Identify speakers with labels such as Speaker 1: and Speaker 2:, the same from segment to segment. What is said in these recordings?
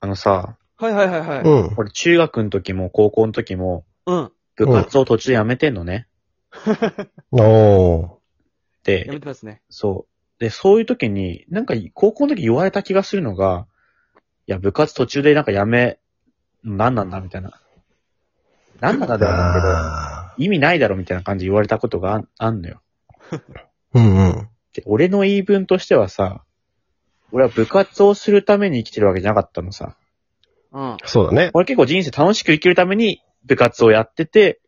Speaker 1: あのさ、
Speaker 2: はいはいはいはい。
Speaker 3: うん。
Speaker 1: 俺中学の時も高校の時も、
Speaker 2: うん。
Speaker 1: 部活を途中でやめてんのね。
Speaker 3: おー。
Speaker 2: や
Speaker 1: で、
Speaker 2: めてますね。
Speaker 1: そう。で、そういう時に、なんか高校の時言われた気がするのが、いや、部活途中でなんかやめ、なんなんだみたいな。なんなんだではないけど、
Speaker 3: あ
Speaker 1: 意味ないだろみたいな感じで言われたことがああんのよ。
Speaker 3: ーうんうん。
Speaker 1: で、俺の言い分としてはさ、俺は部活をするために生きてるわけじゃなかったのさ。
Speaker 2: うん。
Speaker 3: そうだね。
Speaker 1: 俺結構人生楽しく生きるために部活をやってて、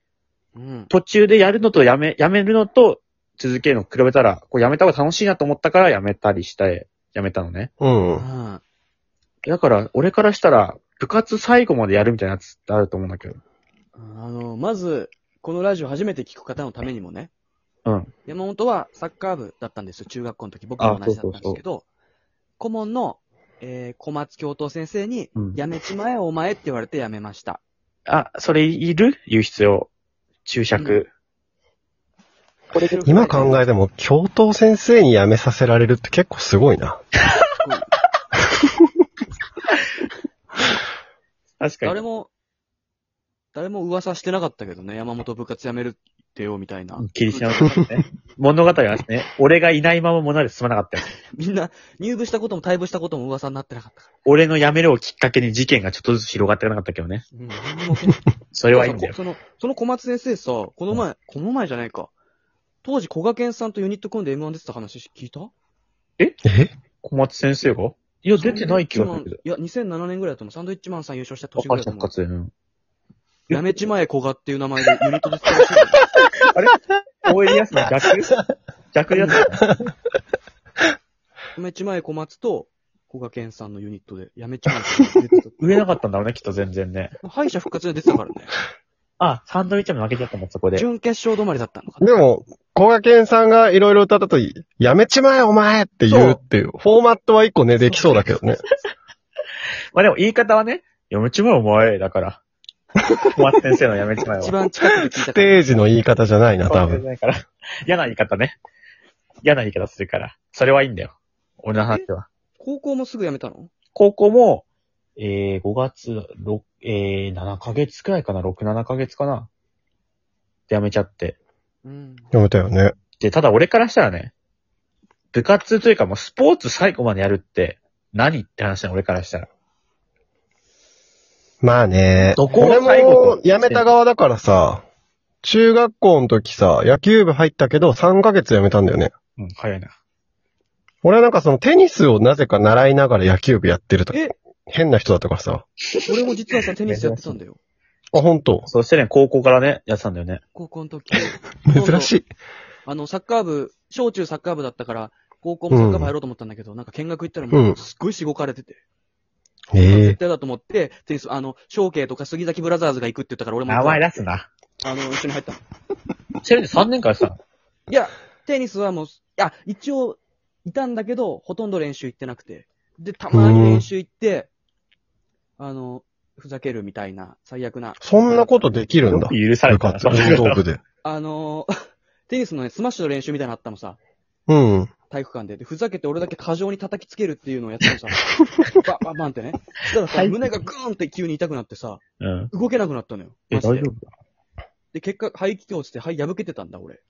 Speaker 2: うん。
Speaker 1: 途中でやるのとやめ、やめるのと続けるのを比べたら、こうやめた方が楽しいなと思ったからやめたりしたい、やめたのね。
Speaker 3: うん
Speaker 2: う。ん。
Speaker 1: だから、俺からしたら、部活最後までやるみたいなやつってあると思うんだけど。
Speaker 2: あの、まず、このラジオ初めて聞く方のためにもね。
Speaker 1: うん。
Speaker 2: 山本はサッカー部だったんですよ。中学校の時、僕も同じだったんですけど、顧問の、えー、小松教頭先生に、
Speaker 1: うん
Speaker 2: やめちまえお前って言われてやめました。
Speaker 1: あ、それいる言う必要。注釈。
Speaker 2: これ
Speaker 3: 今考えても、教頭先生に辞めさせられるって結構すごいな。
Speaker 1: 確かに。
Speaker 2: 誰も、誰も噂してなかったけどね、山本部活やめるってよ、みたいな。
Speaker 1: キリシャンね。物語はね、俺がいないまま物語進まなかったよ。
Speaker 2: みんな、入部したことも退部したことも噂になってなかったから。
Speaker 1: 俺の辞めるをきっかけに事件がちょっとずつ広がってなかったけどね。
Speaker 2: うん、何も起きなかった
Speaker 1: それはいいんだよ。
Speaker 2: その、その小松先生さ、この前、この前じゃないか。当時、小賀健さんとユニット組んで M1 出てた話聞いた
Speaker 3: え
Speaker 1: 小松先生がいや、出てない気がするけど。
Speaker 2: いや、2007年ぐらいだと思う。サンドイッチマンさん優勝した年ぐ
Speaker 1: 赤
Speaker 2: らいだ
Speaker 1: ち
Speaker 2: と
Speaker 1: ゃん
Speaker 2: 思う
Speaker 1: か。つ。うん。
Speaker 2: やめちまえ小賀っていう名前でユニット出てたらしい。
Speaker 1: おいやすの逆逆やつ。
Speaker 2: やめちまえ小松と、小賀健さんのユニットで、やめちまえ小賀って出て
Speaker 1: 売れなかったんだろうね、きっと全然ね。
Speaker 2: た。敗者復活で出てたからね。
Speaker 1: あ、サンドイッチも負けちゃったもん、そこで。
Speaker 2: 準決勝止まりだったのかな。
Speaker 3: でも、小賀健さんがいろいろ歌ったとき、やめちまえお前って言うっていう、フォーマットは一個ね、できそうだけどね。
Speaker 1: まあでも言い方はね、やめちまえお前、だ から。小松先生のやめちまえは。
Speaker 2: 一番近くで聞いた
Speaker 3: ス
Speaker 2: から。
Speaker 3: テージの言い方じゃないな、多
Speaker 1: そうじゃ
Speaker 3: 分。
Speaker 1: ないから。嫌な言い方ね。嫌な言い方するから。それはいいんだよ。俺の話は。
Speaker 2: 高校もすぐやめたの
Speaker 1: 高校も、えー、5月、6、えー、7ヶ月くらいかな、6、7ヶ月かな。で、辞めちゃって。
Speaker 2: うん。
Speaker 3: やめたよね。
Speaker 1: で、ただ俺からしたらね、部活というかもうスポーツ最後までやるって、何って話だよ、俺からしたら。
Speaker 3: まあね。
Speaker 1: どこを
Speaker 3: 俺
Speaker 1: 最後
Speaker 3: も辞めた側だからさ、中学校の時さ、野球部入ったけど3ヶ月辞めたんだよね。
Speaker 1: うん、早いな。
Speaker 3: 俺はなんかそのテニスをなぜか習いながら野球部やってると
Speaker 2: え
Speaker 3: 変な人だったからさ。
Speaker 2: 俺も実はさ、テニスやってたんだよ。
Speaker 3: あ、本当
Speaker 1: そしてね、高校からね、やってたんだよね。
Speaker 2: 高校の時。
Speaker 3: 珍しい。
Speaker 2: あの、サッカー部、小中サッカー部だったから、高校もサッカー部入ろうと思ったんだけど、なんか見学行ったらも
Speaker 3: う
Speaker 2: う、
Speaker 3: ん
Speaker 2: すっごいしごかれてて、
Speaker 3: え
Speaker 2: 絶
Speaker 3: え
Speaker 2: 対だと思って、テニス、あの、小慶とか杉崎ブラザーズが行くって言ったから、俺も、
Speaker 1: 名前出すな。
Speaker 2: あの、一緒に入ったの。
Speaker 1: せめて3年間やってたの。
Speaker 2: いや、テニスはもう、いや、一応、いたんだけど、ほとんど練習行ってなくて。で、たまに練習行って、あの、ふざけるみたいな、最悪な。
Speaker 3: そんなことできるん
Speaker 1: よ
Speaker 3: だ。
Speaker 1: く許され
Speaker 3: 部
Speaker 1: たな
Speaker 3: 活、運動部で。
Speaker 2: あの、 テニスのね、スマッシュの練習みたいなのあったのさ。
Speaker 3: うん。
Speaker 2: 体育館で。で、ふざけて俺だけ過剰に叩きつけるっていうのをやってたのさ。 バンバンバンってね。そしたらさ、
Speaker 1: はい
Speaker 2: 胸がグーンって急に痛くなってさ、
Speaker 1: うん。
Speaker 2: 動けなくなったのよ。
Speaker 1: え、
Speaker 2: マジ
Speaker 1: 大
Speaker 2: で
Speaker 1: 丈夫
Speaker 2: で、結果、肺気胸落ちて肺破けてたんだ、俺。
Speaker 1: だ。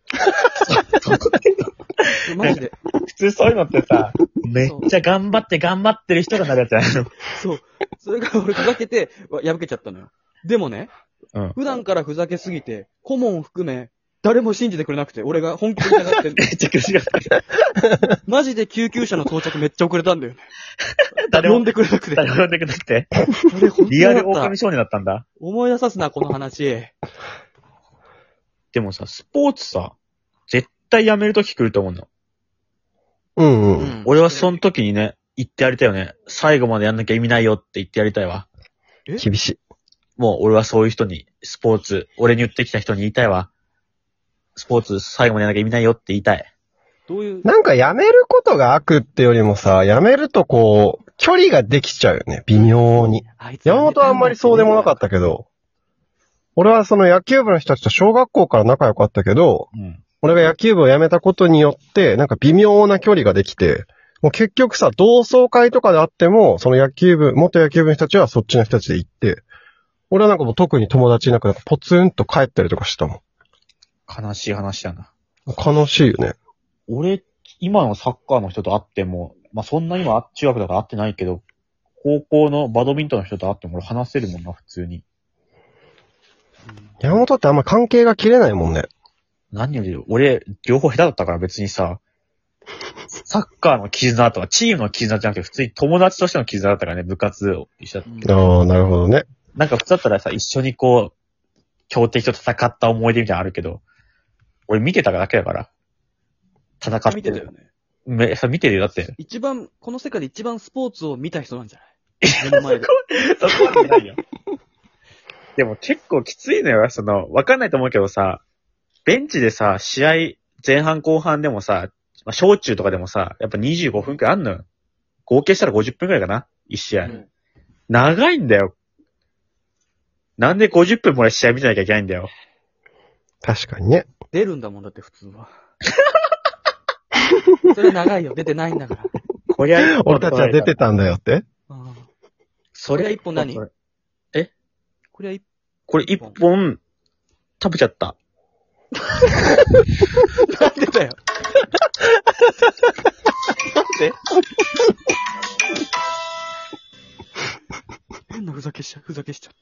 Speaker 2: マジで。
Speaker 1: 普通そういうのってさ、めっちゃ頑張って頑張ってる人がなるやつじゃない
Speaker 2: そう。それから俺ふざけて、わ破けちゃったのよ。でもね、
Speaker 1: の。うん。
Speaker 2: 普段からふざけすぎて、顧問含め、誰も信じてくれなくて、俺が本気で痛が ってんの
Speaker 1: めっちゃ苦しかった。
Speaker 2: マジで救急車の到着めっちゃ遅れたんだよね。
Speaker 1: 誰
Speaker 2: 呼ん
Speaker 1: も、
Speaker 2: でくれなくて。
Speaker 1: 誰も呼んでくれなくて。
Speaker 2: 俺本当に
Speaker 1: リアル
Speaker 2: だった
Speaker 1: 狼。少年だったんだ。
Speaker 2: 思い出さすな、この話。
Speaker 1: でもさ、スポーツさ、絶対やめるとき来ると思うの。
Speaker 3: うんうん。
Speaker 1: 俺はその時にね、言ってやりたいよね。最後までやんなきゃ意味ないよって言ってやりたいわ。
Speaker 3: 厳しい。
Speaker 1: もう俺はそういう人に、スポーツ、俺に言ってきた人に言いたいわ。スポーツ最後までやんなきゃ意味ないよって言いたい。
Speaker 2: どういう、
Speaker 3: なんかやめることが悪ってよりもさ、やめるとこう、距離ができちゃうよね。微妙に。
Speaker 2: あいつ
Speaker 3: 山本はあんまりそうでもなかったけど、俺はその野球部の人たちと小学校から仲良かったけど、
Speaker 1: うん。
Speaker 3: 俺が野球部を辞めたことによって、なんか微妙な距離ができて、もう結局さ、同窓会とかであっても、その野球部、元野球部の人たちはそっちの人たちで行って、俺はなんかもう特に友達いなくなんかポツンと帰ったりとかしてたもん。
Speaker 1: 悲しい話だな。
Speaker 3: 悲しいよね。
Speaker 1: 俺、今のサッカーの人と会っても、まあ、そんな今、中学だから会ってないけど、高校のバドミントンの人と会っても俺話せるもんな、普通に。
Speaker 3: 山本ってあんま関係が切れないもんね。
Speaker 1: 何より、俺、両方下手だったから別にさ、サッカーの絆とか、チームの絆じゃなくて、普通に友達としての絆だったからね、部活を一緒だった
Speaker 2: うん
Speaker 3: ああ、なるほどね。
Speaker 1: なんか普通だったらさ、一緒にこう、強敵と戦った思い出みたいなのあるけど、俺見てただけだから。戦って。
Speaker 2: 見てたよね。
Speaker 1: めさ見てるよ、だって。
Speaker 2: 一番、この世界で一番スポーツを見た人なんじゃない目の 前で。
Speaker 1: そんなことないよ。でも結構きついのよ、その、わかんないと思うけどさ、ベンチでさ、試合、前半後半でもさ、まあ、小中とかでもさ、やっぱ25分くらいあんのよ。合計したら50分くらいかな一試合。
Speaker 2: うん
Speaker 1: 長いんだよ。なんで50分もら試合見てなきゃいけないんだよ。
Speaker 3: 確かにね。
Speaker 2: 出るんだもんだって普通は。 それ長いよ。出てないんだから。
Speaker 1: こりゃ、
Speaker 3: 俺たちは出てたんだよって。
Speaker 2: ああ
Speaker 1: そ
Speaker 2: れは一本何これは一
Speaker 1: これ一本、食べちゃった。
Speaker 2: なんでだよ。変なふざけしちゃ、ふざけしちゃった。